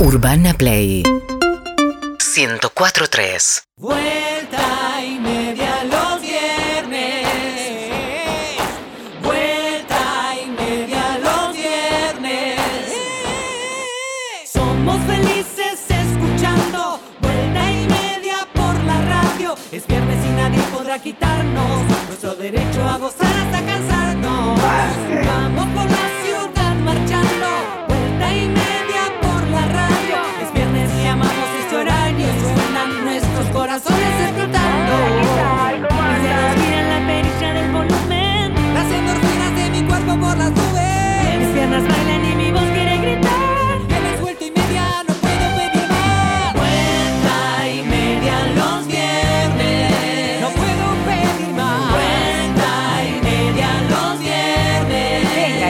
Urbana Play 104.3 Vuelta y media los viernes. Vuelta y media los viernes. Somos felices escuchando Vuelta y media por la radio. Es viernes y nadie podrá quitarnos nuestro derecho a gozar hasta cansarnos. Vamos por la ciudad marchando. Vuelta y media por la radio. Es viernes y amamos este horario. Suenan nuestros corazones explotando. Mira la perilla del volumen. Las endorfinas de mi cuerpo por las nubes. Mis piernas bailan y mi voz quiere gritar. Tienes vuelta y media, no puedo pedir más. Vuelta y media los viernes. No puedo pedir más. Vuelta y media los viernes.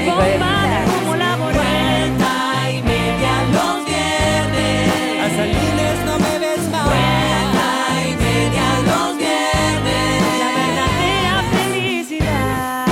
Combate como laboral. Vuelta y media los viernes. Hasta el lunes no me ves más. Vuelta y media los viernes. La verdadera felicidad.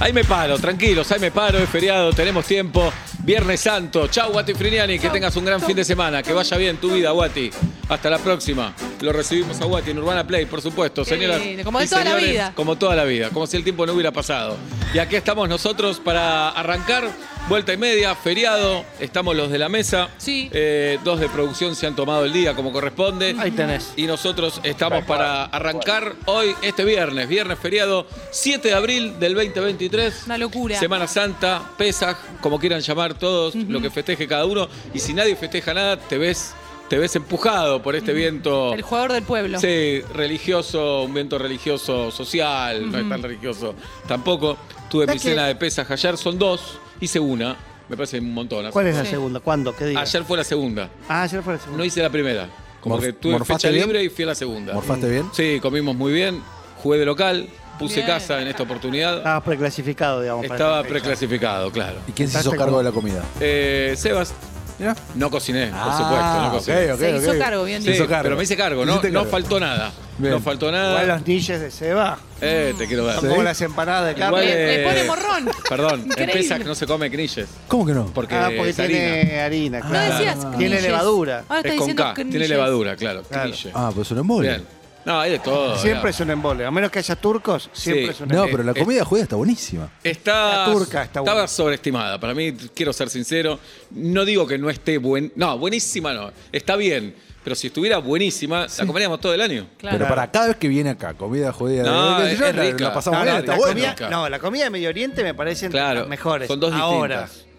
Ahí me paro, tranquilos, ahí me paro, es feriado, tenemos tiempo. Viernes Santo. Chau, Guati Friniani, que tengas un gran fin de semana. Que vaya bien tu vida, Guati. Hasta la próxima. Lo recibimos a Guati en Urbana Play, por supuesto, señoras. lindo, como de y toda la señores, vida. Como toda la vida, como si el tiempo no hubiera pasado. Y aquí estamos nosotros para arrancar. Vuelta y media, feriado, estamos los de la mesa. Sí. Eh, dos de producción se han tomado el día como corresponde. Ahí tenés. Y nosotros estamos para arrancar hoy, este viernes, viernes feriado, 7 de abril del 2023. Una locura. Semana Santa, Pesaj, como quieran llamar todos, lo que festeje cada uno. Y si nadie festeja nada, te ves, te ves empujado por este viento. El jugador del pueblo. Sí, religioso, un viento religioso social, no es tan religioso tampoco. Tuve mi cena de Pesaj ayer, son dos, hice una, me parece un montón. ¿Cuál es la Sí. segunda? ¿Cuándo? ¿Qué día? Ayer fue la segunda. Ah, ayer fue la segunda. No hice la primera. Como Morf- que tuve fecha ¿morfaste bien? libre y fui a la segunda. ¿Morfaste bien? Sí, comimos muy bien, jugué de local, puse Bien. casa en esta Ah, oportunidad. Estabas preclasificado, digamos. para Estaba esta fecha. preclasificado, claro. ¿Y quién se hizo Estás cargo como- de la comida? Eh, Sebas, Mira. no cociné, por supuesto, Ah, no cociné. Se hizo cargo, bien Sí, Ah, Se hizo cargo. pero me hice cargo, Te ¿no? hiciste No cargo. faltó nada. Bien. No faltó Igual nada. los niches de Seba. Eh, te quiero ver. Son como las empanadas de carne. Igual, Le- eh, le pone morrón. Perdón, en Increíble. Pesach no se come crinches. ¿Cómo que no? Porque, ah, porque es harina. Ah. tiene harina, No claro. decías Tiene cringes. levadura. Ahora estás es con Ah, diciendo K, tiene cringes. levadura, claro. Claro. cringe. Ah, pues es un embole. Bien. No, hay de todo. Siempre digamos. es un embole. A menos que haya turcos, siempre Sí. es un No, embole. pero eh. la comida judía está buenísima. Está, La turca está estaba buena. sobreestimada. Para mí, quiero ser sincero, no digo que no esté buen, no, buenísima no, está bien, pero si estuviera buenísima, la comeríamos todo el año. Claro. Pero para cada vez que viene acá, comida judía, No, de- qué sé yo, es la- rica. la pasamos No, bien, no, está la bueno. comida, Claro. no, la comida de Medio Oriente me parecen Claro, las mejores. son dos Ahora, distintas.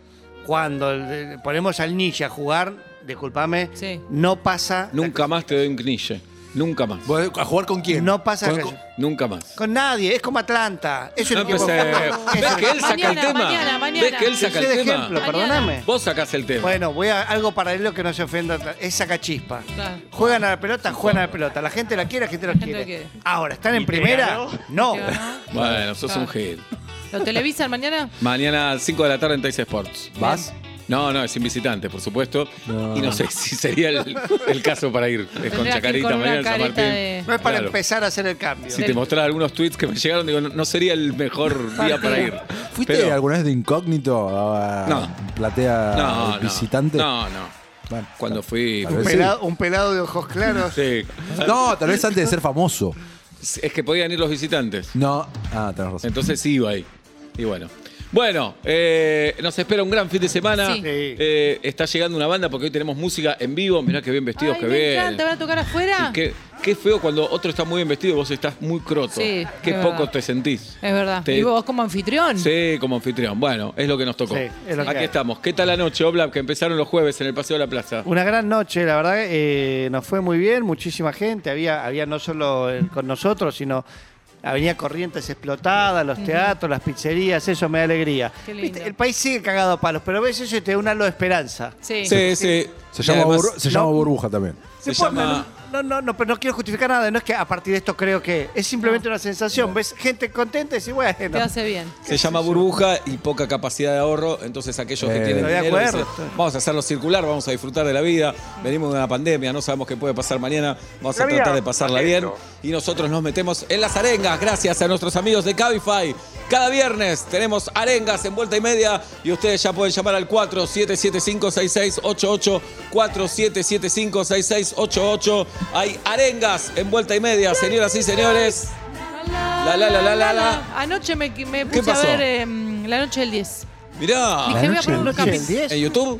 cuando le- ponemos al ninja a jugar, disculpame, Sí. no pasa. Nunca más te doy un cringe, nunca más, ¿Vos ¿A jugar con quién? No pasa Con- que- con- nunca más. Con nadie, es como Atlanta. Es un No equipo- empecé. es ¿Ves un- que él saca el Mañana, tema? mañana, mañana. ¿Ves que él saca Yo el de tema? ejemplo, Mañana. perdóname. Vos sacás el tema. Bueno, voy a algo paralelo que no se ofenda. tra- Es sacachispa. Claro. Juegan a la pelota, juegan a la pelota. La gente la quiere, la gente la gente quiere. la quiere. Ahora, ¿están en primera? No. Te ganó. Bueno, sos un gil. ¿Lo televisan mañana? Mañana 5 de la tarde en Tays Sports. ¿Vas? No, no, es sin visitante, por supuesto. No. Y no sé si sería el, el caso para ir. Es con que ir Chacarita con una mañana en San careta Martín. de- No es para Claro. empezar a hacer el cambio. Si te mostrara algunos tweets que me llegaron, digo, no, no sería el mejor día para ir. ¿Fuiste Pero- alguna vez de incógnito a No. platea No, no. visitante? No, no. Bueno, Cuando tal- fui. Tal Un vez sí. pelado, un pelado de ojos claros. Sí. No, tal vez antes de ser famoso. Es que podían ir los visitantes. No. Ah, tenés razón. Entonces iba ahí. Y bueno. Bueno, eh, nos espera un gran fin de semana. Sí. Eh, está llegando una banda porque hoy tenemos música en vivo. Mirá qué bien vestidos Ay, que me ven. encanta, ¿van a tocar afuera? Y Qué, qué feo cuando otro está muy bien vestido y vos estás muy croto. Sí, qué es poco verdad. te sentís. Es verdad. Te- Y vos como anfitrión. Sí, como anfitrión. Bueno, es lo que nos tocó. Sí, es lo que Aquí hay. estamos. ¿Qué tal la noche, Oblap, que empezaron los jueves en el Paseo de la Plaza? Una gran noche, la verdad, eh, nos fue muy bien, muchísima gente, había, había no solo eh, con nosotros, sino Avenida Corrientes explotada, los teatros, las pizzerías, eso me da alegría. Qué lindo. Viste, El país sigue cagado a palos, pero a veces eso te da un halo de esperanza. Sí. Sí, sí. Se llama, Y además, burbu- se llama no. burbuja también. se Se forman, llama no, no, no, pero no quiero justificar nada. No es que a partir de esto creo que es simplemente una sensación. Ves gente contenta y decís, bueno, Te hace bien. Se llama burbuja y poca capacidad de ahorro, entonces aquellos que Eh, tienen estoy de dinero acuerdo. dicen, vamos a hacerlo circular, vamos a disfrutar de la vida, venimos de una pandemia, no sabemos qué puede pasar mañana, vamos a tratar de pasarla bien y nosotros nos metemos en las arengas gracias a nuestros amigos de Cabify. Cada viernes tenemos arengas en vuelta y media y ustedes ya pueden llamar al 4775-6688, 4775-6688. Hay arengas en vuelta y media, señoras y señores. La la, la, la, la, Anoche me, me puse pasó? a ver eh, la noche del 10. Mirá, Dije, voy a noche poner del unos 10. capis. en YouTube.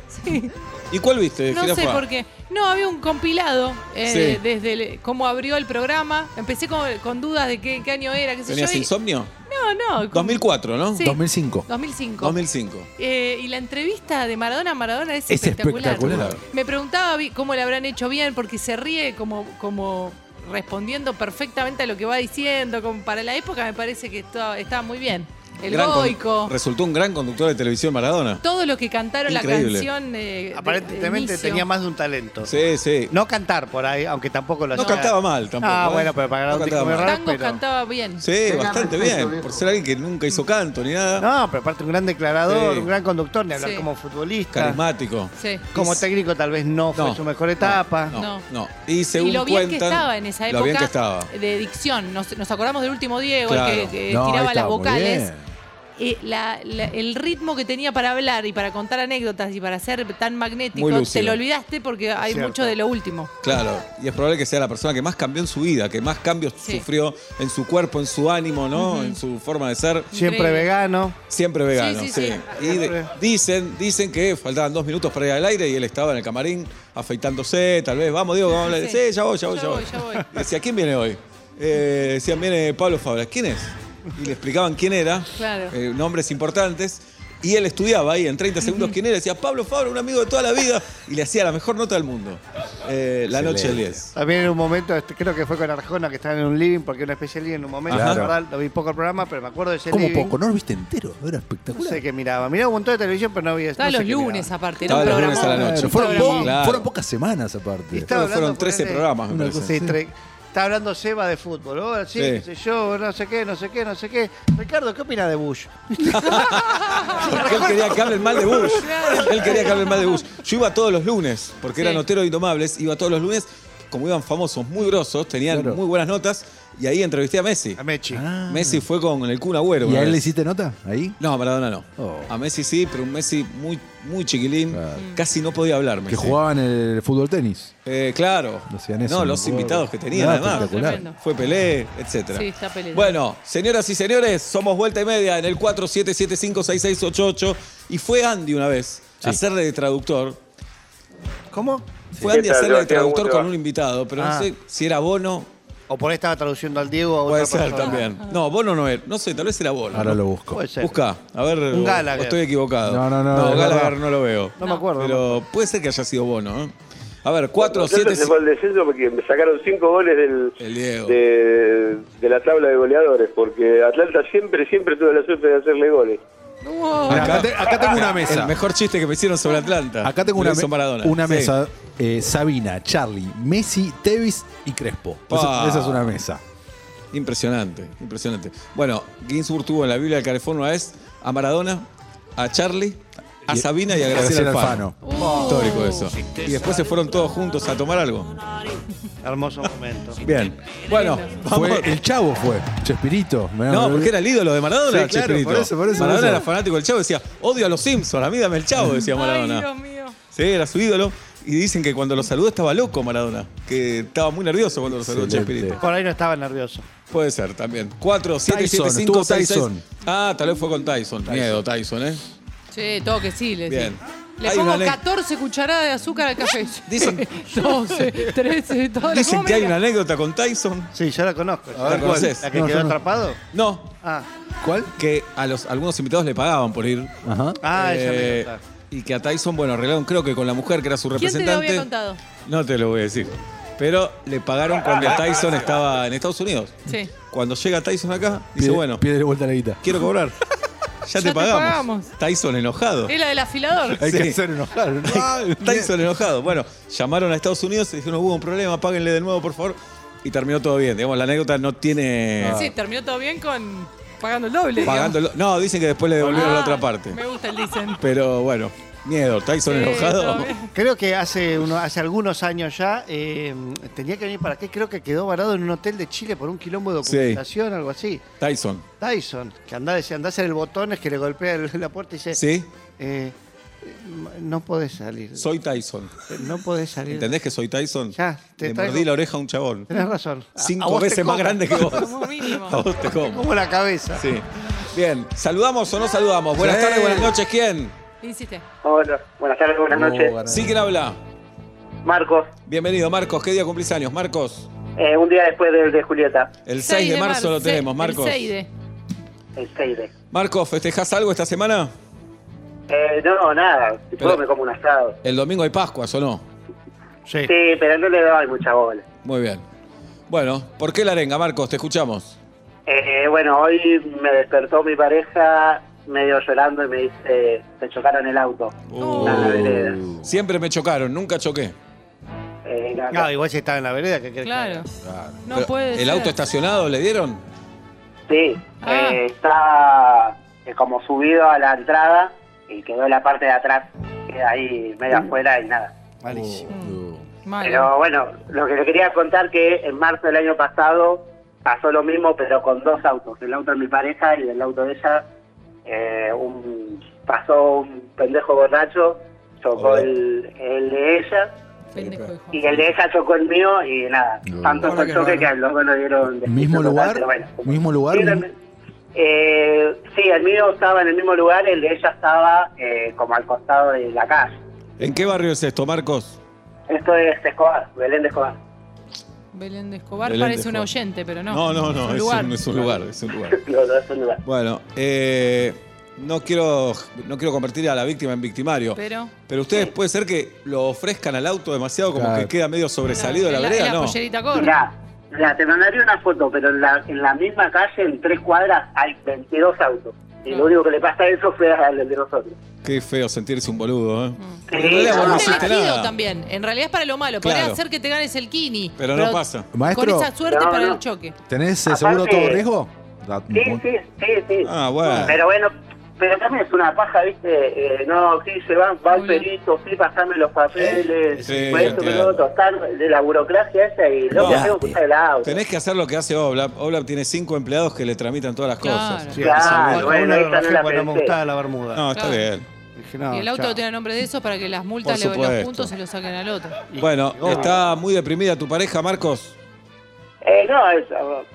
¿Y cuál viste? No sé jirafa? por qué. No, había un compilado eh, Sí. desde el- cómo abrió el programa. Empecé con, con dudas de qué, qué año era, qué sé ¿Tenías yo. y- insomnio? No, no. con- 2004, ¿no? Sí. 2005. 2005. 2005. Eh, y la entrevista de Maradona a Maradona es, Es espectacular. espectacular. Me preguntaba vi- cómo le habrán hecho bien, porque se ríe como, como respondiendo perfectamente a lo que va diciendo. Como para la época me parece que estaba, estaba muy bien. El Gran con- boico, Resultó un gran conductor de televisión Maradona. todo lo que cantaron Increíble. la canción. eh, de- de Aparentemente inicio. tenía más de un talento. Sí, sí. No cantar por ahí, aunque tampoco lo No hacía. cantaba mal tampoco, Ah, ¿eh? bueno, pero para No ganar un disco cantaba muy mal. raro, Tango pero- cantaba bien. Sí, bastante bien. Por ser alguien que nunca hizo canto ni nada. No, pero aparte un gran declarador, Sí. un gran conductor, ni hablar Sí. como futbolista. Carismático. Sí. Como técnico tal vez no fue No, su mejor etapa. No, no. No. Y según y lo bien cuentan, que estaba en esa época eh, Lo bien que estaba. de dicción. Nos, nos acordamos del último Diego, Claro. el que, que No, ahí Eh, tiraba las estaba muy vocales. bien. Eh, la- la- el ritmo que tenía para hablar y para contar anécdotas y para ser tan magnético, Muy lúcido. te lo olvidaste porque hay Cierto. mucho de lo último. Claro, y es probable que sea la persona que más cambió en su vida, que más cambios Sí. sufrió en su cuerpo, en su ánimo, ¿no? En su forma de ser. Siempre Increíble. vegano. Siempre vegano, sí. Sí, sí, sí. Y de- dicen, dicen que faltaban dos minutos para ir al aire y él estaba en el camarín afeitándose, tal vez. Vamos, Diego, vamos a hablar. Sí, Sí, sí. ya voy, ya voy, ya, Ya voy. voy, ya voy. Y decía, ¿quién viene hoy? Eh, decían, viene Pablo Fabra. ¿Quién es? Y le explicaban quién era, Claro. eh, nombres importantes. Y él estudiaba ahí en 30 segundos quién era. Decía, Pablo Fabra, un amigo de toda la vida. Y le hacía la mejor nota del mundo. Eh, la noche del 10. También en un momento, este, creo que fue con Arjona, que estaban en un living, porque una especial en un momento, Ajá. la verdad, lo vi poco el programa, pero me acuerdo de ese Como living. poco, no lo viste entero, era No espectacular. sé qué miraba. Miraba un montón de televisión, pero no había Estaba no sé los qué lunes miraba. aparte, era Estaba un los lunes programa. a la noche. Claro, fueron, Programón. po- Claro. fueron pocas semanas aparte. Y estaba Este, uh, Fueron hablando, 13 ponele, programas, me una parece. cosa, sí, tre- Estaba hablando Seba de fútbol. Ahora sí, Sí. qué sé yo, no sé qué, no sé qué, no sé qué. Ricardo, ¿qué opina de Bush? Porque él quería que hablen mal de Bush. Él quería que hablen mal de Bush. Yo iba todos los lunes, porque era Sí. notero de Indomables, iba todos los lunes, como iban famosos, muy grosos, tenían Claro. muy buenas notas, y ahí entrevisté a Messi. A Mechi. Ah. Messi fue con el Kun Agüero. ¿Y una a él vez. le hiciste nota? ¿Ahí? No, a Maradona no. Oh. A Messi sí, pero un Messi muy, muy chiquilín, Claro. Mm. casi no podía hablarme. Que jugaban el fútbol tenis. claro. No hacían eso, No, me los acuerdo. invitados que tenían, No, además. Ah, espectacular. Tremendo. Fue Pelé, etcétera. Sí, está Pelé. Bueno, señoras y señores, somos Vuelta y Media en el 47756688 y fue Andy una vez a hacerle de traductor. ¿Cómo? Fue Andy ¿Qué a tal, hacerle de Sebastián? traductor ¿Cómo te va? con un invitado, pero Ah. no sé si era Bono, O por ahí estaba traduciendo al Diego a puede otra ser persona. también. No, Bono no era, no sé, tal vez era Bono. Ahora ¿no? lo busco. Puede ser. Busca, a ver, Un o- Gallagher. o estoy equivocado. No, no, no, No, es Gallagher verdad. no lo veo. No me acuerdo. Pero puede ser que haya sido Bono, ¿eh? A ver, Cuando 4, Celta 7, se fue al descenso porque me sacaron cinco goles del, El Diego. de, de la tabla de goleadores, porque Atlanta siempre, siempre tuvo la suerte de hacerle goles. Wow. Acá, te- acá tengo una El mesa. mejor chiste que me hicieron sobre Atlanta. Acá tengo Lo una, hizo me- Maradona. una Sí. mesa. eh, Sabina, Charlie, Messi, Tevis y Crespo. Pa. Esa, esa es una mesa. Impresionante, impresionante. Bueno, Ginsburg tuvo en la Biblia del Calefón una vez a Maradona, a Charlie, a Y- Sabina y a Graciela Alfano. Oh. Histórico eso. Y después se fueron todos juntos a tomar algo. Hermoso momento. Bien. Bueno, vamos. Fue, el chavo fue. Chespirito. Mirá, No, mirá. porque era el ídolo de Maradona, Sí, claro, Chespirito. por eso, por eso, Maradona por eso. era fanático del Chavo, decía, odio a los Simpsons, a mí dame el Chavo, decía Ay, Maradona. Dios mío. Sí, era su ídolo. Y dicen que cuando lo saludó estaba loco Maradona, que estaba muy nervioso cuando lo saludó Excelente. Chespirito. Por ahí no estaba nervioso. Puede ser también. 4, 7, 7, Tyson, 5, estuvo 6, Tyson. Ah, tal vez fue con Tyson. Miedo, Tyson, ¿eh? Sí, todo que sí, le Bien. Le Hay pongo una ley- 14 cucharadas de azúcar al café. Dicen- 12, 13, todo Dicen que hay una anécdota con Tyson. Sí, yo la conozco. A ver, ¿La cuál? ¿conocés? ¿La que No, quedó yo no. atrapado? No, Ah, ¿Cuál? que a los algunos invitados le pagaban por ir. Ajá. ah esa Eh, me gusta. y que a Tyson, bueno, arreglaron, creo que con la mujer que era su ¿Quién te lo representante. había contado? No te lo voy a decir. Pero le pagaron cuando Tyson estaba en Estados Unidos. Sí. Cuando llega Tyson acá, dice, Pide- bueno, Pide de vuelta la guita. quiero cobrar. Ya te te pagamos. pagamos. Tyson enojado. Es la del afilador. Hay Sí. que hacer enojar. Tyson enojado. Bueno, llamaron a Estados Unidos y dijeron, hubo un problema, páguenle de nuevo, por favor. Y terminó todo bien. Digamos, la anécdota no tiene... Sí, terminó todo bien con pagando el doble. digamos. pagándolo. No, dicen que después le devolvieron la otra Ah, parte. Me gusta el dicen. Pero bueno, miedo. Tyson Ah. Sí, eh. enojado. todo bien. Creo que hace, uno, hace algunos años ya eh, tenía que venir para acá. y Creo que quedó varado en un hotel de Chile por un quilombo de Sí. documentación, algo así. Tyson. Tyson, que andá, dice, andá a hacer el botón, es que le golpea el- la puerta y dice, ¿Sí? eh, no podés salir. Soy Tyson. No podés salir. ¿Entendés que soy Tyson? Ya, te Le traigo- mordí la oreja a un chabón. Tenés razón. A- a Cinco vos te veces más cobran. grande que vos. Como mínimo. A vos te como. Como la cabeza. Sí. Bien, ¿saludamos o no saludamos? Buenas Sí. tardes, buenas noches, ¿quién? Insiste. Hola, buenas tardes, buenas "Oh, noches. Sí, ¿quién habla? Marcos, Bienvenido, Marcos. ¿Qué día cumplís años, Marcos? eh, un día después del de Julieta, El 6 de marzo lo se- tenemos, Marcos. El 6 de. el 6 de. Marcos, ¿festejás algo esta semana? Eh, no, nada, si Pero- puedo me como un asado. El domingo hay Pascuas, ¿o no? Sí. Sí, pero no le doy mucha bola. Muy bien. Bueno, ¿por qué la arenga, Marcos? Te escuchamos. Eh, bueno, hoy me despertó mi pareja medio llorando y me dice, se chocaron el auto. Nada, vereda. Uh. Siempre me chocaron, nunca choqué. Eh, nada. No, igual si estaba en la vereda, que querés que Claro. haga? No Pero, puede ¿El ser. auto estacionado le dieron? Sí, Ah. eh, está eh, como subido a la entrada y quedó la parte de atrás, queda ahí medio afuera y nada. Malísimo. uh. Mal. Pero bueno, lo que le quería contar que en marzo del año pasado pasó lo mismo, pero con dos autos, el auto de mi pareja y el auto de ella. Eh, un, pasó un pendejo borracho, chocó Hola. el, el de ella Pendejo de y Juan. el de ella chocó el mío y nada, tanto Hola, fue qué el choque raro. que a los dos nos dieron... de- ¿Mismo total, lugar? pero ¿Mismo lugar? Sí, también. Eh, sí, el mío estaba en el mismo lugar, el de ella estaba eh, como al costado de la calle. ¿En qué barrio es esto, Marcos? Esto es Escobar, Belén de Escobar. Belén de Escobar Belén de parece un Escobar. oyente, pero no. no, no, no, es, lugar. un, es un lugar, es un lugar. Los dos son lugar. Bueno, eh, no, quiero, no quiero convertir a la víctima en victimario. Pero, Pero. ustedes puede ser que lo ofrezcan al auto demasiado como Claro. que queda medio sobresalido de la, es vereda, la ¿no? pollerita corta. Mirá, mirá, te mandaré una foto, pero en la, en la misma calle, en tres cuadras, hay 22 autos. Y Ah. lo único que le pasa a eso fue al de nosotros. Qué feo sentirse un boludo, ¿eh? Mm. Sí, En realidad vos Son no no, hiciste elegido nada. también. En realidad es para lo malo. Claro. Podría ser que te ganes el Kini. Pero no pasa. Maestro. Con esa suerte No, para no. el choque. ¿Tenés eh, seguro Aparte- todo riesgo? Da- Sí, sí, sí, sí. Ah, bueno. Pero bueno, pero también es una paja, ¿viste? Eh, no, sí, se van, va el Muy bien. perito, sí, pasame los papeles, Sí, por esto, que entiendo. lo otro, estar de la burocracia esa y No. luego tengo que usar el auto. Tenés que hacer lo que hace Oblap. Oblap tiene cinco empleados que le tramitan todas las Claro. cosas. Sí, Claro, sí, bueno, una esa no relación la cuando me pensé. gustaba la bermuda. Oh. No, está Claro. bien. Dije, no, y el auto chao. tiene nombre de esos para que las multas, Por le- los supuesto. puntos se los saquen al otro. Bueno, Oh. está muy deprimida tu pareja, Marcos. Eh, no, es-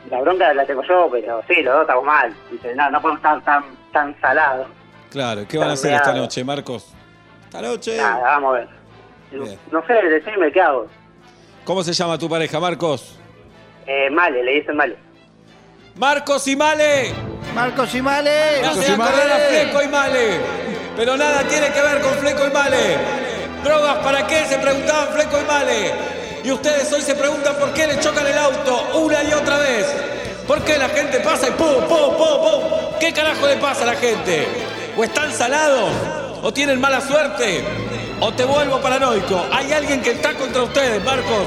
la bronca la tengo yo, pero sí, los dos estamos mal. Dice, no, no podemos estar tan, tan salados. Claro, ¿qué van a hacer esta noche, Marcos? Esta noche. Nada, vamos a ver. No, Bien. no sé, decime qué hago. ¿Cómo se llama tu pareja, Marcos? Eh, male, le dicen male. Marcos y Male. Marcos y Male. Me Marcos hace y acordar a Male. Fleco y Male. Pero nada tiene que ver con Fleco y Male. ¿Drogas para qué? Se preguntaban Fleco y Male. Y ustedes hoy se preguntan por qué le chocan el auto una y otra vez. ¿Por qué la gente pasa y pum, pum, pum, pum? ¿Qué carajo le pasa a la gente? ¿O están salados? ¿O tienen mala suerte? ¿O te vuelvo paranoico? Hay alguien que está contra ustedes, Marcos.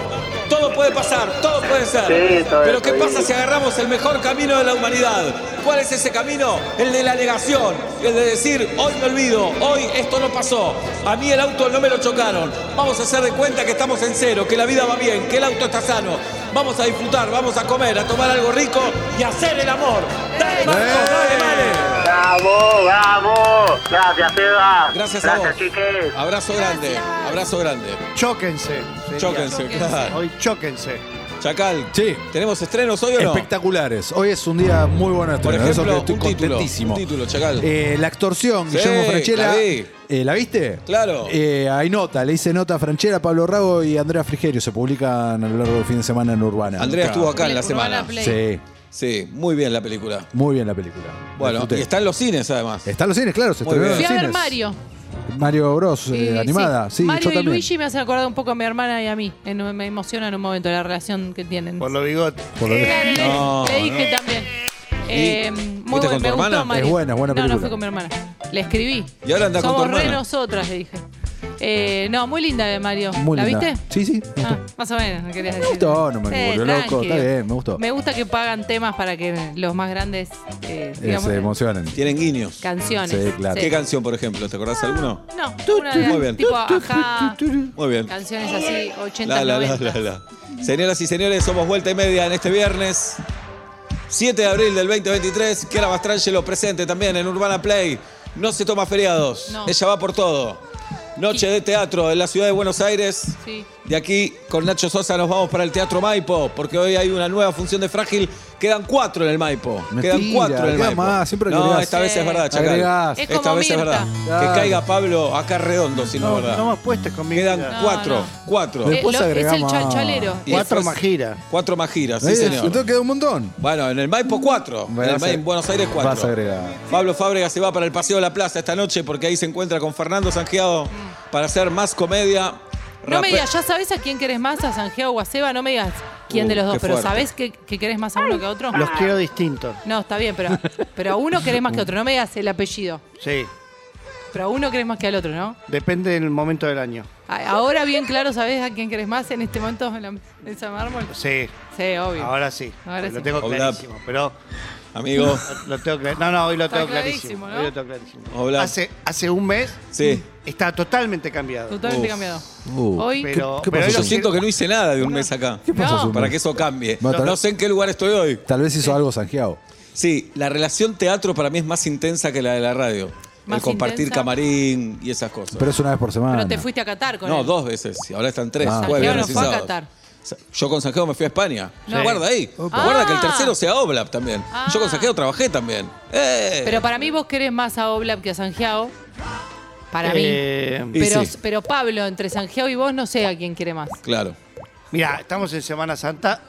Todo puede pasar, todo puede ser. Sí, todo Pero ¿qué eso, pasa sí. si agarramos el mejor camino de la humanidad? ¿Cuál es ese camino? El de la negación, el de decir, hoy me olvido, hoy esto no pasó, a mí el auto no me lo chocaron, vamos a hacer de cuenta que estamos en cero, que la vida va bien, que el auto está sano, vamos a disfrutar, vamos a comer, a tomar algo rico y a hacer el amor. ¡Eh! Dale, Marcos, dale, dale. ¡Vamos, vamos! Gracias, Seba. Gracias a vos. chiques. Abrazo grande, abrazo grande. Chóquense. sería. Chóquense, Chóquense. claro. Hoy chóquense. Chacal, Sí. ¿tenemos estrenos hoy o no? Espectaculares. Hoy es un día muy bueno de Por estreno, de eso ejemplo, que estoy un título, contentísimo. un título, chacal. Eh, la extorsión, Sí, Guillermo Franchella. la vi. Eh, ¿la viste? Claro. Eh, hay nota, le hice nota a Franchella, Pablo Rago y Andrea Frigerio. Se publican a lo largo del fin de semana en Urbana. Andrea Nunca- estuvo acá en la Urbana semana. Play. Sí, Sí, muy bien la película. muy bien la película. Bueno, Disfruté. y está en los cines además. Están los cines, claro, se Muy estrenaron Fui en a ver cines. Mario. Mario Bros, eh, Eh, animada. Sí, Mario yo y también. Luigi me hacen acordar un poco a mi hermana y a mí. En- me emociona en un momento la relación que tienen. eh, Por los bigotes. Por lo que- Claro, le- No, le dije también. Eh, Muy ¿Fuiste bueno, con tu me hermana? gustó, Es Mari. buena, es buena No, no película. fui con mi hermana. Le escribí. Y ahora andás con tu Somos re hermana. nosotras, le dije. Eh, no, muy linda de Mario. Muy ¿La linda. viste? Sí, sí. me Ah, gustó. más o menos, no querías Me decir. gustó, no me Eh, volvió loco. tranquilo. Está bien, me gustó. Me gusta que pagan temas para que los más grandes eh, Eh, digamos, se emocionan. Tienen guiños. canciones. Sí, claro. ¿Qué canción, por ejemplo? ¿Te acordás alguno? No, una de Muy bien. tipo ajá, Muy bien. canciones así, 80, La, la, la, 90. la, la. Señoras y señores, somos Vuelta y Media en este viernes. 7 de abril del 2023. Kiara Bastrangelo presente también en Urbana Play. No se toma feriados. No. Ella va por todo. Noche de teatro en la ciudad de Buenos Aires. Sí. De aquí con Nacho Sosa nos vamos para el Teatro Maipo, porque hoy hay una nueva función de frágil. Quedan cuatro en el Maipo. Mentira, quedan cuatro en el queda Maipo. más, siempre no, agregás. esta vez es verdad, Chacal. Agregás. Es Esta como vez es Mirta. verdad. Claro. Que caiga Pablo acá redondo, si no, es No, verdad. no me apuestes conmigo. Quedan No, cuatro, no. cuatro. Eh, Después lo- es el agregamos- chol- cholero. Y Cuatro después- más gira. Cuatro más giras, sí, Eh, señor. Entonces queda un montón. Bueno, en el Maipo cuatro. Me en, el vas a- Ma- en Buenos Aires cuatro. Vas a agregar. Pablo Fábrega se va para el Paseo de la Plaza esta noche porque ahí se encuentra con Fernando Sangeado para hacer más comedia. No me Rape- digas, ya sabes a quién querés más, a Sanjeo o a Seba, no me digas quién Uh, de los dos, qué pero fuerte. ¿sabés que, que querés más a uno que a otro? Ah. Los quiero distintos. No, está bien, pero, pero a uno querés más que a otro, no me digas el apellido. Sí. Pero a uno querés más que al otro, ¿no? Depende del momento del año. A- Ahora bien claro, ¿sabés a quién querés más en este momento en la mesa de mármol? Sí. Sí, obvio. Ahora sí. Ahora lo sí. tengo Hola. clarísimo. Pero Amigo, lo tengo clar- No, no, hoy lo Está tengo clarísimo, clarísimo. ¿no? Hoy lo tengo clarísimo. Hola. Hace, hace un mes sí. está totalmente cambiado. Totalmente Uf. cambiado. Uh, Hoy. Pero, qué pero pasó? hoy Yo lo siento quiero- que no hice nada de un mes acá. ¿Qué pasó, No. Zulma? Para que eso cambie. Va a tra- No sé en qué lugar estoy hoy. Tal vez hizo algo Sanjeado. Sí, la relación teatro para mí es más intensa que la de la radio. ¿Más el compartir intensa? camarín y esas cosas. Pero es una vez por semana. Pero te fuiste a Catar con no, él. dos veces. Y Ahora están tres. Ah. Santiago Jueves, no viernes y fue a sábado. Qatar. Sa- Yo con Sanjeo me fui a España. No. Guarda ahí. Opa. Guarda Ah. que el tercero sea Oblap también. Yo con Ah. Sanjeo trabajé también. ¡Eh! Pero para mí vos querés más a Oblap que a Sanjeo. Para Eh, mí. y Pero, sí. pero Pablo, entre Sanjeo y vos, no sé a quién quiere más. Claro. Mira, estamos en Semana Santa.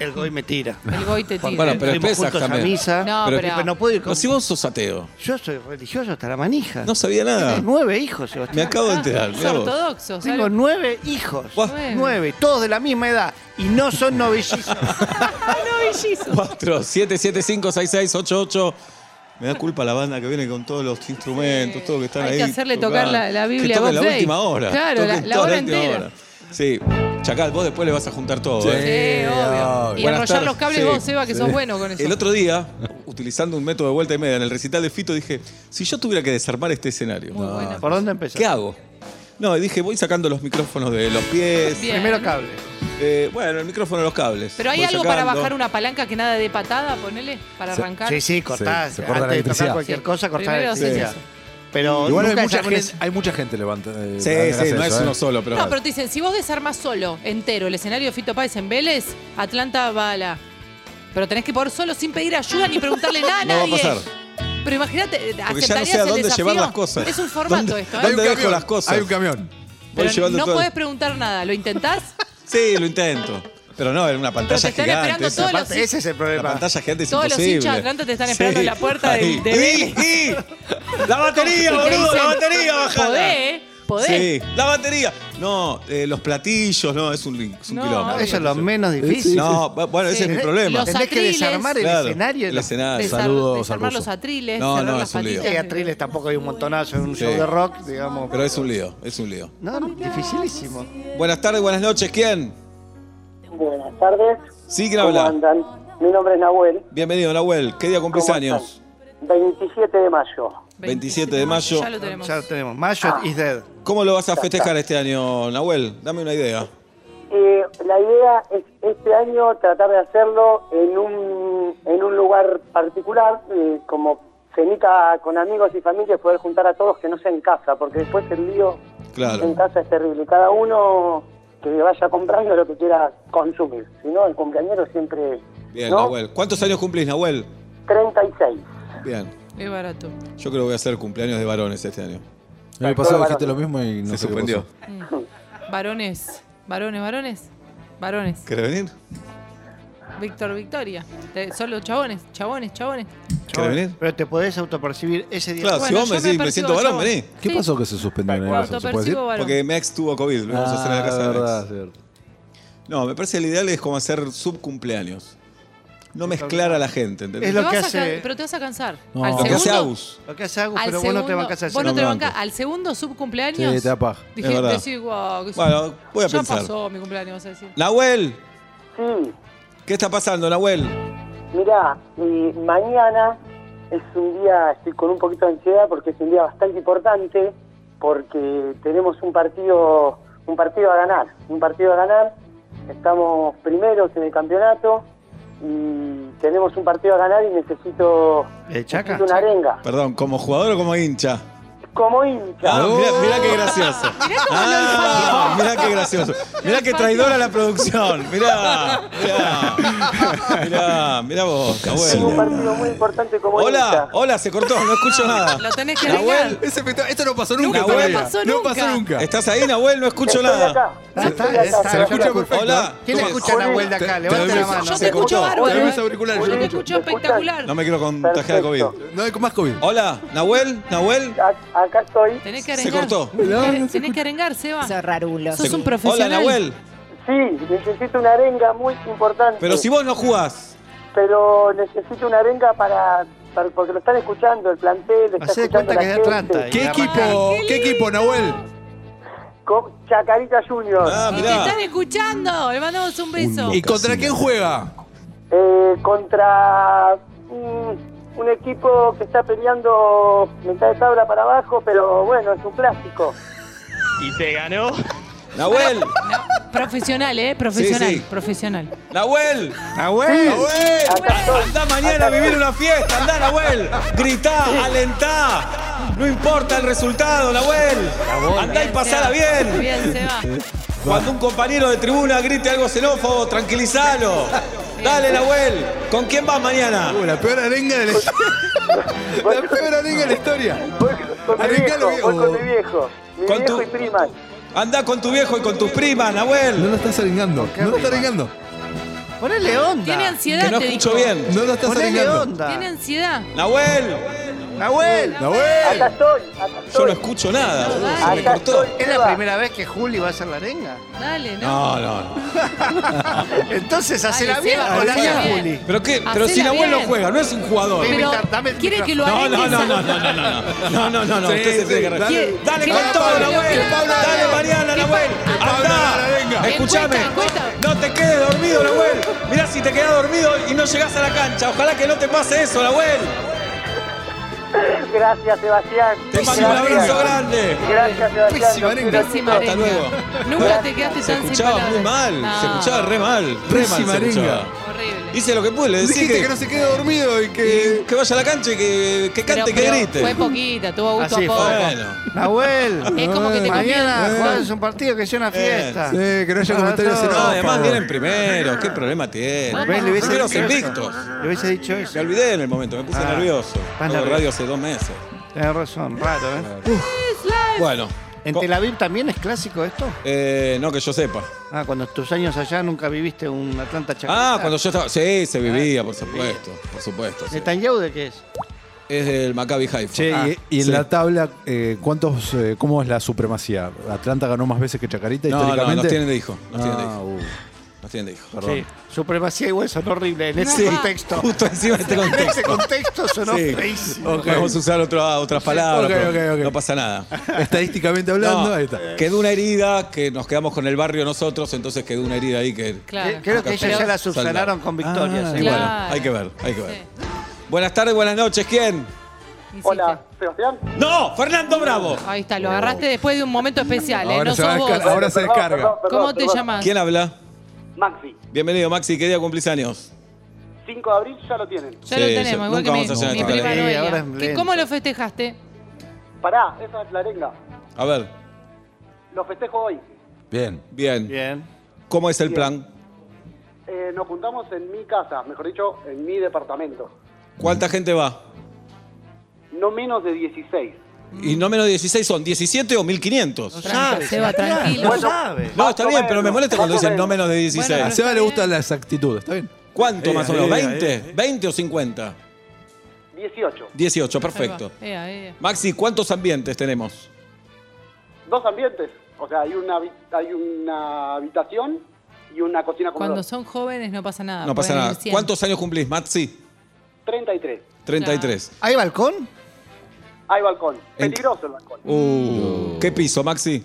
El Goy me tira. El Goy te tira. Bueno, pero Fuimos pesas juntos también. a misa. No, pero- pero. Pero no puedo ir con... No, si vos sos ateo. Yo soy religioso hasta la manija. No sabía nada. Nueve hijos, Ah, Me Sebastián. acabo de enterar. sos mirá vos. ortodoxo. ¿sabes? Tengo nueve hijos. Buah. Nueve, todos de la misma edad. Y no son novillizos. 4 7 7 5 6 6 8 8 me da culpa la banda que viene con todos los instrumentos, todo que están Hay ahí. que hacerle tocar tocando. la- la Biblia Que a toquen Bob la Day. última hora. Claro, la- Toquen la toda hora última entera. Sí, Chacal, vos después le vas a juntar todo. Sí. ¿eh? Sí, obvio. Y Buenas enrollar los tardes. cables Sí, vos, Seba, que sos bueno con eso. El otro día, utilizando un método de vuelta y media en el recital de Fito, dije, si yo tuviera que desarmar este escenario, Muy bueno. ¿Por dónde empezó? ¿qué hago? No, y dije, voy sacando los micrófonos de los pies. Bien. Primero cable. eh, bueno, el micrófono de los cables. Pero hay Voy algo para sacando. bajar una palanca que nada de patada, ponele, para arrancar. Sí, sí, cortás. Sí, se corta la Antes de electricidad. tocar cualquier Sí. cosa, cortás la Primero haces electricidad. Pero Igual hay nunca mucha, desarmen- gente, hay mucha gente levanta. eh, Sí, hace sí, no eso, es eh. uno solo, pero. No, pero te dicen, si vos desarmás solo, entero, el escenario de Fito Páez en Vélez, Atlanta va a la... Pero tenés que poder solo sin pedir ayuda ni preguntarle nada a No va a nadie. pasar. Pero imagínate, Porque ya no aceptarías sé a el dónde desafío. llevar las cosas. Es un formato ¿Dónde- esto, ¿eh? Hay un ¿Dónde dejo camión, las cosas? Hay un camión. Voy Pero llevando no todo. podés preguntar nada, ¿lo intentás? Sí, lo intento. Pero no, en Pero una te pantalla están gigante. esperando esa- todos los Aparte, ese es el La problema. pantalla gigante es Todos los imposible. hinchas de Atlanta te están esperando en la puerta del- Ahí. de Vélez. ¡Y, y! ¡La batería, Y te boludo! ¡La dicen, batería, bajala! Podés, podés. Sí, la batería. No, eh, los platillos, no, es un, es un No, quilombo. Eso es lo menos difícil. No, bu- bueno, ese Sí. es mi problema. Los Tenés que atriles. desarmar el Claro, escenario. El escenario. Desar- saludos desarmar al ruso. los atriles, No, cerrar no, las es un lío. patitas. Y atriles tampoco hay un montonazo en un Sí. show de rock, digamos. Pero es un lío, es un lío. No, no, dificilísimo. Buenas tardes, buenas noches, ¿quién? Buenas tardes. Sí, ¿quién habla? andan? Mi nombre es Nahuel. Bienvenido, Nahuel. ¿Qué día cumplís años? 27 de mayo. 27 de mayo. Ya lo tenemos. Ya lo tenemos. Mayo is dead. ¿Cómo lo vas a festejar este año, Nahuel? Dame una idea. Eh, la idea es este año tratar de hacerlo en un, en un lugar particular, eh, como cenita con amigos y familia, poder juntar a todos que no sea en casa, porque después el lío Claro. en casa es terrible. Cada uno que vaya comprando lo que quiera consumir, si no, el cumpleañero siempre... Bien, ¿no? Nahuel. ¿Cuántos años cumplís, Nahuel? 36. Bien. Es barato. Yo creo que voy a hacer cumpleaños de varones este año. El año pasado dijiste lo mismo y no Se sé qué suspendió. pasó. Varones, varones, varones, varones. ¿Querés venir? Víctor Victoria. Te- Solo chabones, chabones, chabones. ¿Querés venir? Pero te podés autopercibir ese día. Claro, Ah, si Bueno, vos me yo me decís, me, percibo siento varón, chabón. vení. ¿Qué Sí. pasó que se suspendió el año pasado? ¿Se puede decir? Autopercibo varón. Porque Mex tuvo COVID, lo vamos a hacer en la casa Ah, de Mex. verdad, cierto. No, me parece que el ideal es como hacer subcumpleaños. no mezclar a la gente, ¿entendés? Es lo Te que vas a hace- ca- pero te vas a cansar. No. Al Lo que hace segundo- Agus. Lo que hace Agus, al pero segundo- vos no te bancás el vos no te No me bancás- banco. Al segundo subcumpleaños. Sí, te apaj. Dije, Es verdad. decís, guau, que- Bueno, voy a ya pensar. pasó mi cumpleaños, vas a decir. Nahuel, Sí, ¿qué está pasando, Nahuel? mirá, y mañana es un día, estoy con un poquito de ansiedad porque es un día bastante importante, porque tenemos un partido, un partido a ganar, un partido a ganar, estamos primeros en el campeonato y tenemos un partido a ganar y necesito, ¿El Eh, Chaca? necesito una arenga. Perdón, ¿como jugador o como hincha? Como hincha, Ah, mirá, mirá qué gracioso. Ah, mirá qué gracioso. Mirá qué traidora la producción. Mirá, mirá. Mirá, mirá vos, tengo un Nahuel. partido muy importante como Hola, hincha. hola, se cortó, no escucho nada. Lo tenés que Nahuel, arreglar. Es espectacular. Esto no pasó nunca. Nunca todavía. pasó no nunca. pasó nunca. ¿estás ahí, Nahuel? No escucho Estoy acá, nada. Ah, Ya está, eh. estoy acá, ya está, ya Se lo estoy está. acá. escucho perfecto. Hola. ¿Quién ¿Cómo- escucha a Nahuel de acá? Te- te Levanta doy la un beso. mano. Yo Se te escucho cortó. bárbaro. Te doy mis ¿eh? auriculares, Yo yo te no escucho escucho. espectacular. No me quiero contagiar de COVID. Perfecto. No hay más COVID. Hola, Nahuel, Nahuel. A- Acá estoy. Tenés que Se arengar. cortó. Tenés que- Tenés que arengar, Seba. Sos rarulo. Sos un Hola, profesional. Nahuel. Sí, necesito una arenga muy importante. Pero si vos no jugás. Pero necesito una arenga para, para- porque lo están escuchando el plantel, está Hacé de escuchando cuenta que es la de Atlanta. eh. gente. ¿Qué Y equipo, qué equipo, Nahuel? Co- Chacarita Junior Ah, Y te están mirá. escuchando. Le mandamos un beso. ¿Y contra quién juega? eh, contra mm, un equipo que está peleando mitad de tabla para abajo, pero bueno, es un clásico. Nahuel, Profesional, ¿eh? Profesional. Sí, sí. Profesional. Nahuel. Nahuel. Nahuel. Acá estoy. Andá mañana a vivir una fiesta. Andá, Nahuel. Gritá, alentá. No importa el resultado, Nahuel. Andá y pasala bien. Bien, Seba. Cuando un compañero de tribuna grite algo xenófobo, tranquilizalo. Dale, Nahuel. ¿Con quién vas mañana? Uh, la peor arenga de la historia. la peor arenga de la historia. Voy con mi Arrancalo, viejo, voy con viejo. mi viejo. Mi Con viejo tu- y prima. Andá con tu viejo y con tus primas, No Nahuel. lo estás arengando. No lo estás arengando. Ponele onda. Tiene ansiedad, Que no te escucho dijo. bien. No lo estás Ponele arengando. onda. Tiene ansiedad. Nahuel, Nahuel. Acá Nahuel. estoy, Ah, acá yo no estoy. escucho nada. boludo, Se me Acá cortó. estoy. Es Seba. la primera vez que Juli va a hacer la arenga. Dale, ¿no? No, no, no. Entonces, hacela Dale, bien Seba, o la hacela hace bien. Juli. Pero qué, pero si Hacela Nahuel no bien. juega, no es un jugador. Pero Dame el quiere que lo No, arengues. no, no, a- no, no, no, no, no, no, no, no, no, Sí, usted se sí, tiene que arreglar. dale. Dale Que con Pablo, todo, Nahuel, que Pablo dale arranque. Mariana, Que Nahuel, Pablo- andá, arranca. escuchame, Encuesta, encuesta. no te quedes dormido, Nahuel, mirá si te quedás dormido y no llegás a la cancha, ojalá que no te pase eso, Nahuel, Gracias, Sebastián. te mando un Gracias. abrazo grande. Gracias, Pésima Sebastián. arenga. Pésima Hasta arenga. luego. Nunca te quedaste Se tan sin escuchaba palabras. muy mal, se No, escuchaba re mal, re mal Pésima se escuchaba. arenga. Horrible. Hice lo que pude, le decí Dijiste que, que no se quede dormido y que, que. que vaya a la cancha y que, que Pero- cante, que pero grite. Fue poquita, tuvo gusto Así a poco. fue. Bueno. Nahuel. Es como que Ah, te Mañana comieron. jugás un partido que sea una fiesta. Sí, que Ah, no haya Para comentarios todos. en No, off. además favor. vienen primero, qué problema tienen. ¿Ves? Le hubiese Primeros dicho eso. invictos. Le hubiese dicho eso. Me olvidé en el momento, me puse Ah, nervioso. estás Hago radio nervioso. hace dos meses. Tenés razón, raro, ¿eh? Bueno. ¿En co- Tel Aviv también es clásico esto? eh, no que yo sepa. Ah, cuando tus años allá nunca viviste un Atlanta Chacarita. Ah, cuando yo estaba. Sí, se vivía, por supuesto. Por supuesto. sí. ¿Netanyahu de qué es? Es del Maccabi Haifa. Che, Ah, y, y en sí. la tabla, eh, ¿cuántos, eh, ¿cómo es la supremacía? Atlanta ganó más veces que Chacarita No, no, históricamente. nos tienen de hijo. Nos tienen de Ah, hijo. uh, Nos tienen de hijo. perdón. Supremacía y hueso, no horrible. En ese Sí, contexto. Justo encima de este En ese contexto. contexto sonó Sí. feísimo. No Podemos usar otra- otras palabras. ok, pero ok, ok. No pasa nada. Estadísticamente hablando, No, ahí está. Quedó una herida que nos quedamos con el barrio nosotros, entonces quedó una herida ahí que. Claro. Creo que ellos ya la subsanaron Saldaron. con victorias. Ah, igual. bueno, Claro. hay que ver, hay que ver. Sí. Buenas tardes, buenas noches, ¿quién? Hiciste. Hola, Sebastián. ¡No! ¡Fernando Bravo! Ahí está, lo agarraste después de un momento especial, ¿eh? Ahora No se va sos a vos. descargar. Ahora se Perdón, descarga. perdón, perdón, ¿Cómo te perdón. llamas? ¿Quién habla? Maxi. Bienvenido, Maxi, ¿qué día cumplís años? 5 de abril ya lo tienen. Ya lo Sí, tenemos, sí, igual nunca que mi, vamos a hacer mi esto. prima Sí, Noelia. ahora es ¿Qué- lento. ¿Cómo lo festejaste? Pará, esa es la arenga. A ver, Lo festejo hoy. Bien. bien. Bien. ¿Cómo es el plan? Eh, nos juntamos en mi casa, mejor dicho, en mi departamento. ¿Cuánta gente va? No menos de 16. Y no menos de 16 son 17 o 1500. Ah, Tranqui- Seba, tranquilo. No sabe. No, está bien, pero me molesta cuando dicen no menos de Bueno, A 16. pero- Seba le gustan las actitudes, ¿está bien? ¿Cuánto Eh, más o menos? eh, ¿20? ¿20 o 50? 18. 18, perfecto. Ea, ea. Maxi, ¿cuántos ambientes tenemos? Dos ambientes. O sea, hay una, habi- hay una habitación y una cocina con Cuando dos. son jóvenes no pasa nada. No pasa pueden nada. ir siempre. ¿Cuántos años cumplís, Maxi? 33. 33. ¿Hay balcón? Hay balcón. En- Peligroso el balcón. Uh, ¿Qué piso, Maxi?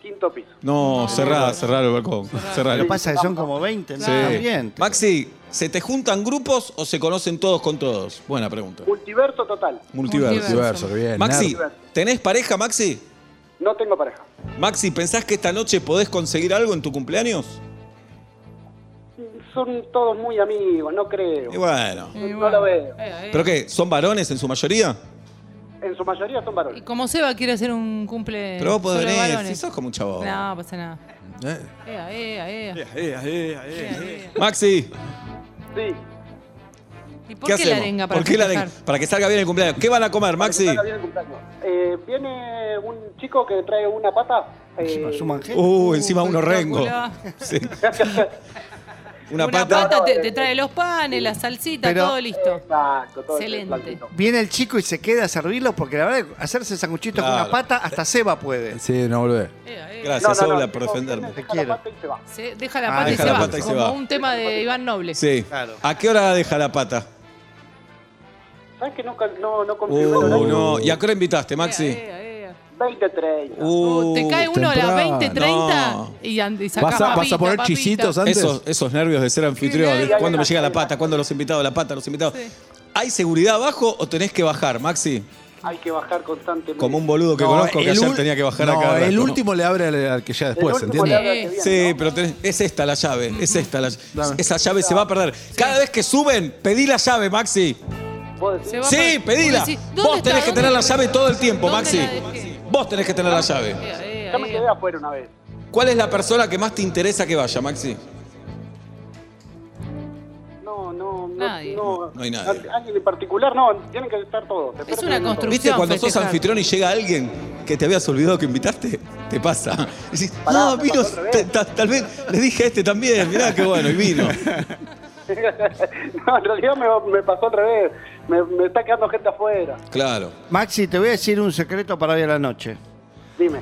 Quinto piso. No, cerrada, cerrar el balcón. Cerrá el Lo que pasa es que son como 20, ¿no? Sí. También. Maxi, ¿se te juntan grupos o se conocen todos con todos? Buena pregunta. Multiverso total. Multiverso. Multiverso, qué bien. Maxi, nerd. ¿tenés pareja, Maxi? No tengo pareja. Maxi, ¿pensás que esta noche podés conseguir algo en tu cumpleaños? Son todos muy amigos, no creo. Y bueno. Y No bueno, lo veo. Eh, ¿Pero qué? ¿Son varones en su mayoría? En su mayoría son Y varones. como Seba quiere hacer un cumple. Pero vos podés solo de venir, si varones. sos como un chabón. No, pasa nada. Eh, Ea, ea, ea. Maxi, Sí. ¿Y por ¿qué qué, hacemos? la arenga para ¿Por qué la arenga? festejar? Para que salga bien el cumpleaños. ¿Qué van a comer, Maxi? Para que salga bien el cumpleaños. Eh, viene un chico que trae una pata. eh, Suman gente. Uh, encima uno rengo. espectacular. Sí. Una, Una, pata. pata, No, no, te, eh, te trae los panes, la salsita, Pero- todo listo. Exacto, todo ese Excelente. platito. Viene el chico y se queda a servirlo porque la verdad hacerse sanguchitos con Claro. una pata hasta Seba puede. Sí, no volvé. Ea, ea. Gracias, No, no, no, Ola, el por tipo defenderme. viene, Te deja la quiero. pata y se va. Se- deja la Ah, pata, y, deja se la va, pata y se como va. un tema de Iván Noble. Sí. Claro. ¿A qué hora deja la pata? ¿Sabes que no, no, no confirmé el Uh, horario? no. ¿Y a qué hora invitaste, Maxi? Ea, ea, ea. 20-30. Uh, te cae uno a las temprano. 20, 30 No. y, and- y sacás ¿Vas a, vas papita, a poner papita. chisitos antes? esos, esos nervios de ser anfitrión, de nervios. cuándo me llega la pata, cuándo los invitados, la pata, los invitados. Sí. ¿Hay seguridad abajo o tenés que bajar, Maxi? Hay que bajar constantemente. Como un boludo que No, conozco que el ayer ul- tenía que bajar no, acá. el último le abre al, al que ya después, El último le ¿entiendes? habla que viene, Sí, ¿no? pero tenés- es esta la llave, es esta la Dame. Esa llave se va a perder. Cada vez que suben, pedí la llave, Maxi. Vos decís, Se va Sí, pa- pedila. Vos decís, ¿dónde Vos está? tenés que ¿Dónde tener la está? llave todo el tiempo, ¿Dónde Maxi. la dejé? Vos tenés que tener la llave. Ea, ea, yo me ea. quedé afuera una vez. ¿Cuál es la persona que más te interesa que vaya, Maxi? No, no, no. Nadie. No, No hay nadie. a- Alguien en particular, no. Tienen que estar todos. Espero Es que una vengan todos. construcción. ¿Viste cuando sos festejar. anfitrión y llega alguien que te habías olvidado que invitaste? Te pasa. Decís, Pará, no, me vino, pasó otra vez. ta- ta- tal vez le dije a este también, mirá qué bueno, y vino. no, en realidad me, me pasó al revés. Me, me está quedando gente afuera. Claro. Maxi, te voy a decir un secreto para hoy a la noche. Dime.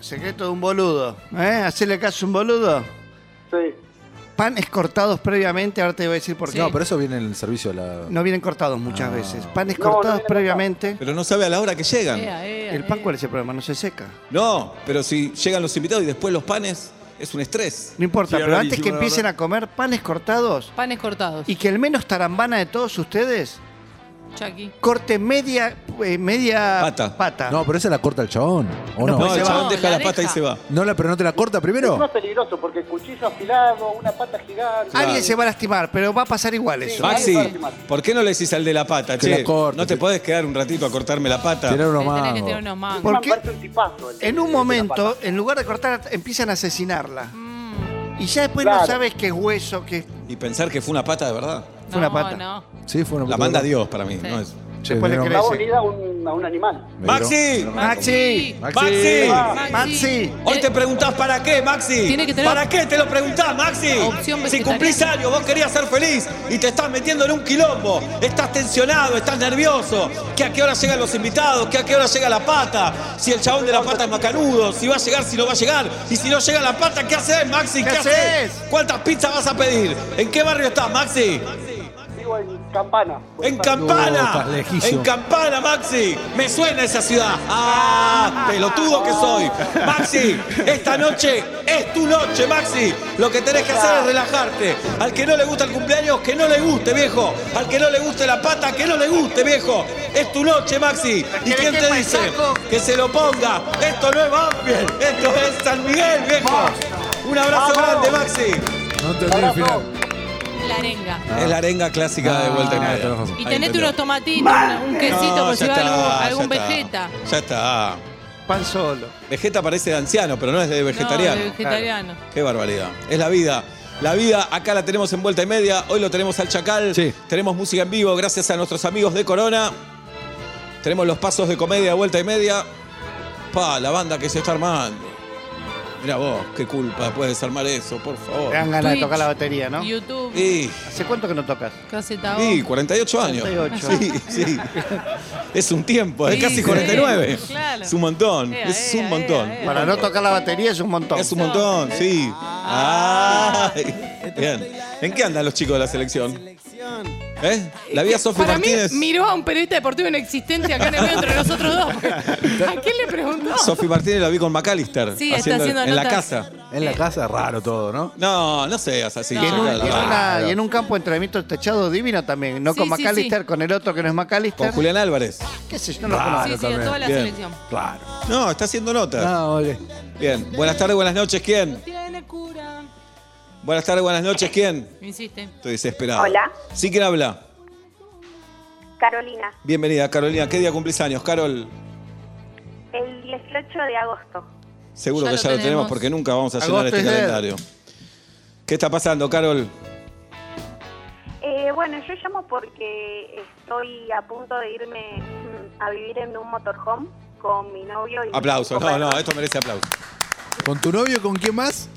Secreto de un boludo. ¿Eh? Hacerle caso a un boludo. Sí. Panes cortados previamente, ahora te voy a decir por qué. No, pero eso viene en el servicio a la. No vienen cortados muchas veces. Panes No, no cortados vienen previamente. Pero no sabe a la hora que llegan. Ea, ea, El pan, ea. ¿cuál es el problema? No se seca. No, pero si llegan los invitados y después los panes, es un estrés. No importa, Sí, pero ahora antes que dijimos la empiecen verdad. a comer panes cortados Panes cortados. y que el menos tarambana de todos ustedes Chucky. corte media, eh, media Pata. No, pero esa la corta el chabón. ¿O no? No, No, se el va. chabón No, deja la la pata y deja. se va. No, la, pero no te la corta Es más primero. peligroso porque cuchillo afilado, una pata gigante. Alguien se va a lastimar, pero va a pasar igual eso. Maxi, Ahí va, Maxi. ¿por qué no le decís al de la pata? Que Che, la corte, ¿no te que- podés quedar un ratito a cortarme la pata? Tirar unos Sí, tenés que mangos. tirar unos mangos. ¿Por Man, qué? parece un tipazo el- En un el- el- la momento, pata. en lugar de cortar, empiezan a asesinarla. Mm. Y ya después no Claro. sabes qué es hueso, qué Y pensar que fue una pata de verdad. fue una No, pata. no. Sí, fue una La manda Dios para mí. Sí. no es- Che, Después le me Está crece. unida a un, a un animal. dieron- me ¡Maxi! dieron- Maxi, ¡Maxi! Maxi, Hoy te preguntás para qué, Maxi. Eh, Tiene que tener- ¿Para qué te lo preguntás, Maxi? Opción Si cumplís vegetariana. años, vos querías ser feliz y te estás metiendo en un quilombo. Estás tensionado, estás nervioso. ¿Que a qué hora llegan los invitados? ¿Que a qué hora llega la pata? Si el chabón de la pata es macanudo, si va a llegar, si no va a llegar. Y si no llega la pata, ¿qué haces, Maxi? ¿Qué haces? haces? ¿Cuántas pizzas vas a pedir? ¿En qué barrio estás, Maxi? Vivo en Campana. En No, Campana, estás lejísimo. en Campana, Maxi. Me suena esa ciudad. Ah, pelotudo que soy. Maxi, esta noche es tu noche, Maxi. Lo que tenés que hacer es relajarte. Al que no le gusta el cumpleaños, que no le guste, viejo. Al que no le guste la pata, que no le guste, viejo. Es tu noche, Maxi. ¿Y quién te dice? Que se lo ponga. Esto no es Banfield, esto es San Miguel, viejo. Un abrazo grande, Maxi. No entendí el final. La arenga. Es la arenga clásica de vuelta en Ah, medio. tenés razón. Y Ahí tenete entendió. unos tomatitos, una- un quesito No, por ya si va está, algún, algún ya está. vegeta. Ya está. pan solo. Vegeta parece de anciano, pero no es de vegetariano. No, de vegetariano. Qué barbaridad. Es la vida. La vida acá la tenemos en vuelta y media. Hoy lo tenemos al Chacal. Sí. Tenemos música en vivo gracias a nuestros amigos de Corona. Tenemos los pasos de comedia a vuelta y media. Pa, la banda que se está armando. Mira vos, qué culpa puedes desarmar eso, por favor. Te dan ganas de Twitch, tocar la batería, ¿no? YouTube, Y, ¿Hace cuánto que no tocas? caseta O. y 48 años. 38. Sí, sí. Es un tiempo, es Sí, casi sí, 49. claro. Es un montón, Ea, es ea, un ea, montón. ea. Para no tocar la batería es un montón. Es un montón, sí. Ah, bien. ¿En qué andan los chicos de la selección? ¿Eh? La vía Sofi Para mí Martínez. miró a un periodista deportivo inexistente acá en el medio entre nosotros dos. ¿A quién le preguntó? Sofi Martínez la vi con McAllister. Sí, está haciendo En la notas. casa. En la casa es raro todo, ¿no? No, no seas así. Y, en un, Chacal, y en raro. una- y en un campo de entrenamiento techado divino también, no Sí, con sí, McAllister, sí. con el otro que no es McAllister. Con Julián Álvarez. ¿Qué sé yo? No lo Raro conozco. Sí, sí, a toda la Bien. selección. Claro. No, está haciendo notas. No, ole. Bien. Buenas tardes, buenas noches, ¿quién? Tiene cura. Buenas tardes, buenas noches, ¿quién? Insiste. Estoy desesperado. Hola. ¿Sí quién habla? Carolina, Bienvenida, Carolina. ¿Qué día cumplís años, Carol? el 18 de agosto. Seguro Ya lo que ya lo tenemos tenemos. porque nunca vamos a llenar Agosto este es dead. calendario. ¿Qué está pasando, Carol? Eh, bueno, yo llamo porque estoy a punto de irme mm, a vivir en un motorhome con mi novio y, Aplausos. mis No, cinco no, perros. esto merece aplausos. ¿Con tu novio, con quién más?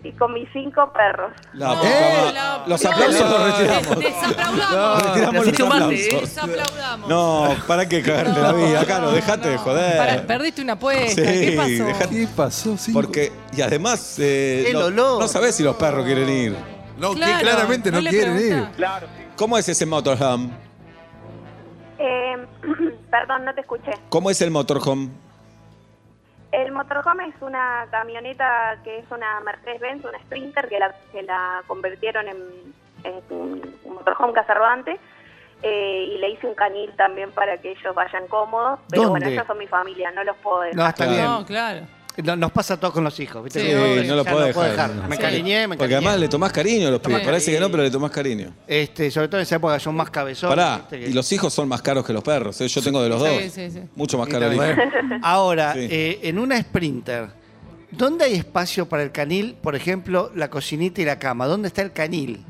y con mis cinco perros. La No, puta madre. la- Ah, Los aplausos No, los retiramos. Des- Desaplaudamos. Retiramos Te has los hecho mal, ¿eh? aplausos. Desaplaudamos. No, ¿para qué cagarte la vida, Caro? Dejate de joder. Pará, perdiste una apuesta. Sí, ¿Qué pasó? dejate- ¿Qué pasó? Cinco. Porque, y además, eh, El no, olor. no sabés si los perros quieren ir. No, que Claro, claramente no, le quieren ir. preguntá. ¿Cómo es ese motorhome? Eh, perdón, no te escuché. ¿Cómo es el motorhome? El motorhome es una camioneta que es una Mercedes-Benz, una Sprinter, que la, que la convirtieron en, en un un motorhome caservante. Eh, y le hice un canil también para que ellos vayan cómodos. Pero bueno, ¿Dónde? ellos son mi familia, no los puedo dejar. No, está Claro. No, claro. bien. No- nos pasa a todos con los hijos, ¿viste? Sí, Que, obvio, ya Eh, no lo puedo dejar. Me encariñé, Sí. me encariñé. Porque además le tomás cariño a los pibes. Tomás Parece que no, cariño. pero le tomás cariño. Este, sobre todo en esa época son más cabezones. Pará, ¿viste? Que- y los hijos son más caros que los perros. ¿eh? Yo tengo de los dos. Sí, sí, sí. Mucho más Sí, caro el también. hijo. Ahora, Sí. eh, en una sprinter, ¿dónde hay espacio para el canil? Por ejemplo, la cocinita y la cama. ¿Dónde está el canil?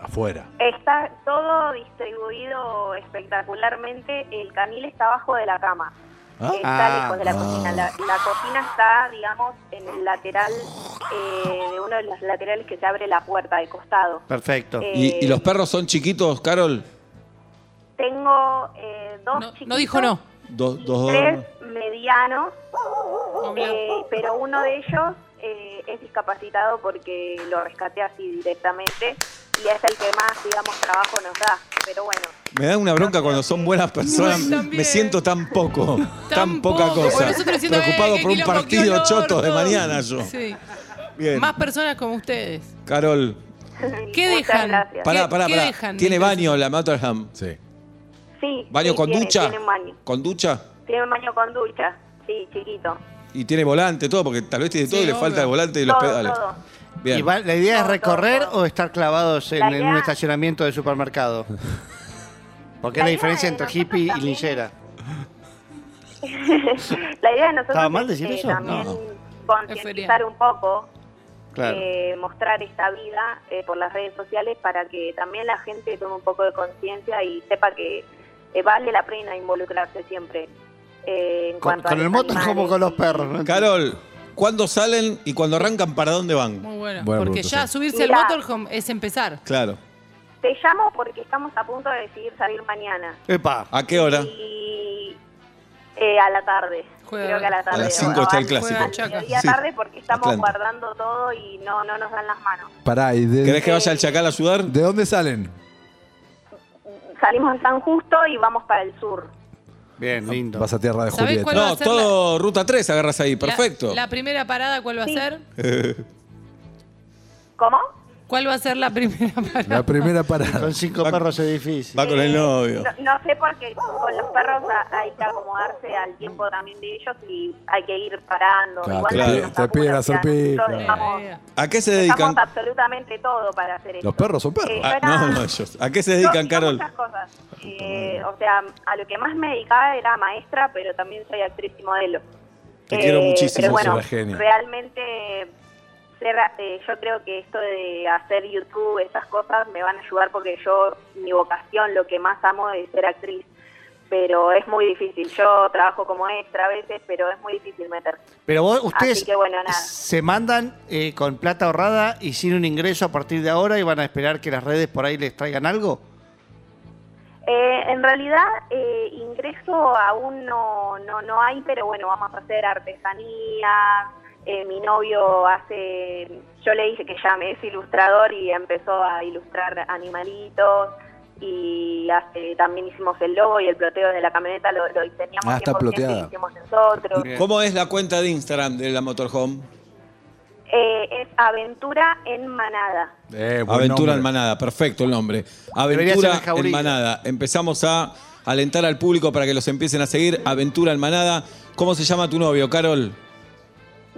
Afuera. Está todo distribuido espectacularmente. El canil está abajo de la cama. Está Ah, lejos de la ah. cocina. La, la cocina está, digamos, en el lateral, eh, de uno de los laterales que se abre la puerta de costado. Perfecto. Eh, ¿Y, y los perros son chiquitos, Carol? Tengo eh, dos No, chiquitos. no dijo no. Dos, dos, Tres medianos, Obvio. eh, pero uno de ellos eh, es discapacitado porque lo rescaté así directamente y es el que más, digamos, trabajo nos da. Pero bueno, Me da una bronca cuando son buenas personas. No, también. me siento tan poco, tan, Tan poca poco. cosa. Bueno, nosotros diciendo, Preocupado eh, qué por un quilombo, qué partido olor, choto de todo. mañana yo. Sí. Bien. Más personas como ustedes. Carol, ¿Qué muchas dejan? gracias. pará, ¿Qué- pará, qué pará. dejan? Tiene Me baño la Motorham. Sí. Sí. Baño sí, con tiene- ducha. Tiene un baño. Con ducha. Tiene un baño con ducha. Sí, chiquito. Y tiene volante, todo, porque tal vez tiene todo Sí, y le obvio. falta el volante y los todo, pedales. todo. Bien. ¿Y va- ¿La idea es Todo, recorrer todo, todo. o estar clavados en, La en idea- un estacionamiento de supermercado? Porque es la La idea diferencia de entre nosotros hippie y también linchera. La idea de nosotros ¿Estaba mal es, decir eh, eso? también No. concientizar un poco, Claro. eh, mostrar esta vida eh, por las redes sociales para que también la gente tome un poco de conciencia y sepa que eh, vale la pena involucrarse siempre. eh, en Con, cuanto a con los el moto animales como con los y- perros. ¿no? Carol, ¿cuándo salen y cuando arrancan, para dónde van? Muy bueno. Buena porque pregunta, ya sí. subirse Mirá. al motorhome es empezar. Claro. Te llamo porque estamos a punto de decidir salir mañana Epa. ¿A qué hora? y eh, a la tarde. Juega. Creo que a la A tarde. las cinco está el van- clásico. al mediodía Sí. tarde ¿eh? porque estamos Atlanta. guardando todo y no, no nos dan las manos. Pará, ¿y de, ¿Querés que vaya el chacal a ayudar? de dónde salen? Salimos de San Justo y vamos para el sur. Ah, Bien, lindo. Vas a tierra de ¿Sabés Julieta. cuál va a No, ser la- todo ruta 3 agarras ahí, La- perfecto. La, primera parada, ¿cuál va a Sí. ser? ¿Cómo? ¿Cuál va a ser la primera parada? La primera parada. Con cinco Va- perros es difícil. Va con el novio. No, no sé porque con los perros a- hay que acomodarse al tiempo también de ellos y hay que ir parando. Claro, Igual te no pide- nos te apuran, piden o hacer sea, nosotros pis, dejamos- Eh, ¿A qué se dedican? dejamos absolutamente todo para hacer eso. Los perros son perros. Eh, Ah, no, no, yo- ¿A qué se dedican, Yo- yo Carol? Muchas cosas. Eh, o sea, a lo que más me dedicaba era maestra, pero también soy actriz y modelo. Te quiero muchísimo, Pero bueno, sos una genia. realmente ser, eh, yo creo que esto de hacer YouTube, esas cosas me van a ayudar porque yo, mi vocación, lo que más amo es ser actriz. Pero es muy difícil. Yo trabajo como extra a veces, pero es muy difícil meter. Pero vos- ustedes Así que bueno, nada. se mandan eh, con plata ahorrada y sin un ingreso a partir de ahora y van a esperar que las redes por ahí les traigan algo. Eh, en realidad, eh, ingreso aún no, no, no hay, pero bueno, vamos a hacer artesanías, Eh, mi novio hace, yo le dije que ya me es ilustrador y empezó a ilustrar animalitos y hace, también hicimos el logo y el ploteo de la camioneta lo, lo diseñamos Ah, está 100% ploteada. lo hicimos nosotros. ¿Cómo es la cuenta de Instagram de la Motorhome? Eh, es Aventura en Manada. Eh, Aventura en Manada, perfecto el nombre. ser la Aventura en Jauría. Manada. Empezamos a alentar al público para que los empiecen a seguir. Aventura en Manada. ¿Cómo se llama tu novio, Carol?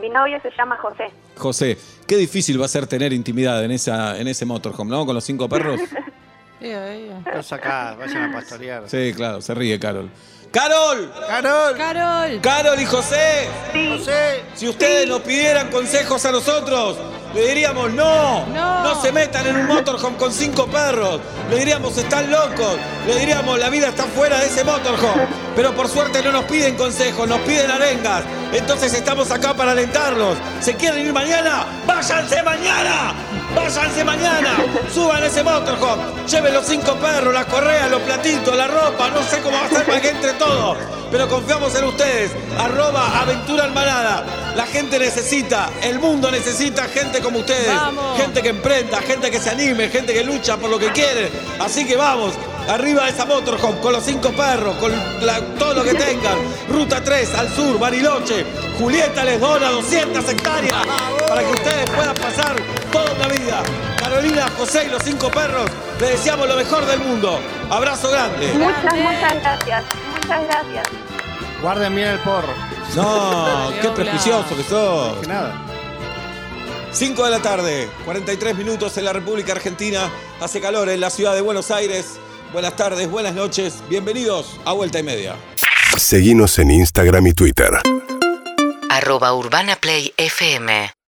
Mi novio se llama José. José, qué difícil va a ser tener intimidad en esa en ese motorhome, ¿no? Con los cinco perros. Los acá, vayan a pastorear. Sí, claro, se ríe Carol. ¡Carol! ¡Carol! ¡Carol! ¡Carol y José! José. Si ustedes nos pidieran consejos a nosotros, le diríamos no, No. se metan en un motorhome con cinco perros. Le diríamos están locos, le diríamos la vida está fuera de ese motorhome. Pero por suerte no nos piden consejos, nos piden arengas. Entonces estamos acá para alentarlos. ¿Se quieren ir mañana? ¡Váyanse mañana! ¡Váyanse mañana! Suban ese motorhome, lleven los cinco perros, las correas, los platitos, la ropa, no sé cómo va a ser para que entre todo. Pero confiamos en ustedes. Arroba Aventura Almanada. La gente necesita, el mundo necesita gente como ustedes. Vamos. Gente que emprenda, gente que se anime, gente que lucha por lo que quiere. Así que vamos, arriba esa motorhome, con los cinco perros, con la- todo lo que tengan. Ruta 3 al sur, Bariloche. Julieta les dona 200 hectáreas para que ustedes puedan pasar toda una vida. Carolina, José y los cinco perros, les deseamos lo mejor del mundo. Abrazo grande. Muchas, muchas gracias. Muchas gracias. Guarden bien el porro. No, qué prejuicioso que sos. Que nada. 5 de la tarde, 43 minutos en la República Argentina. Hace calor en la ciudad de Buenos Aires. Buenas tardes, buenas noches. Bienvenidos a Vuelta y Media. Seguinos en Instagram y Twitter. Arroba Urbana Play FM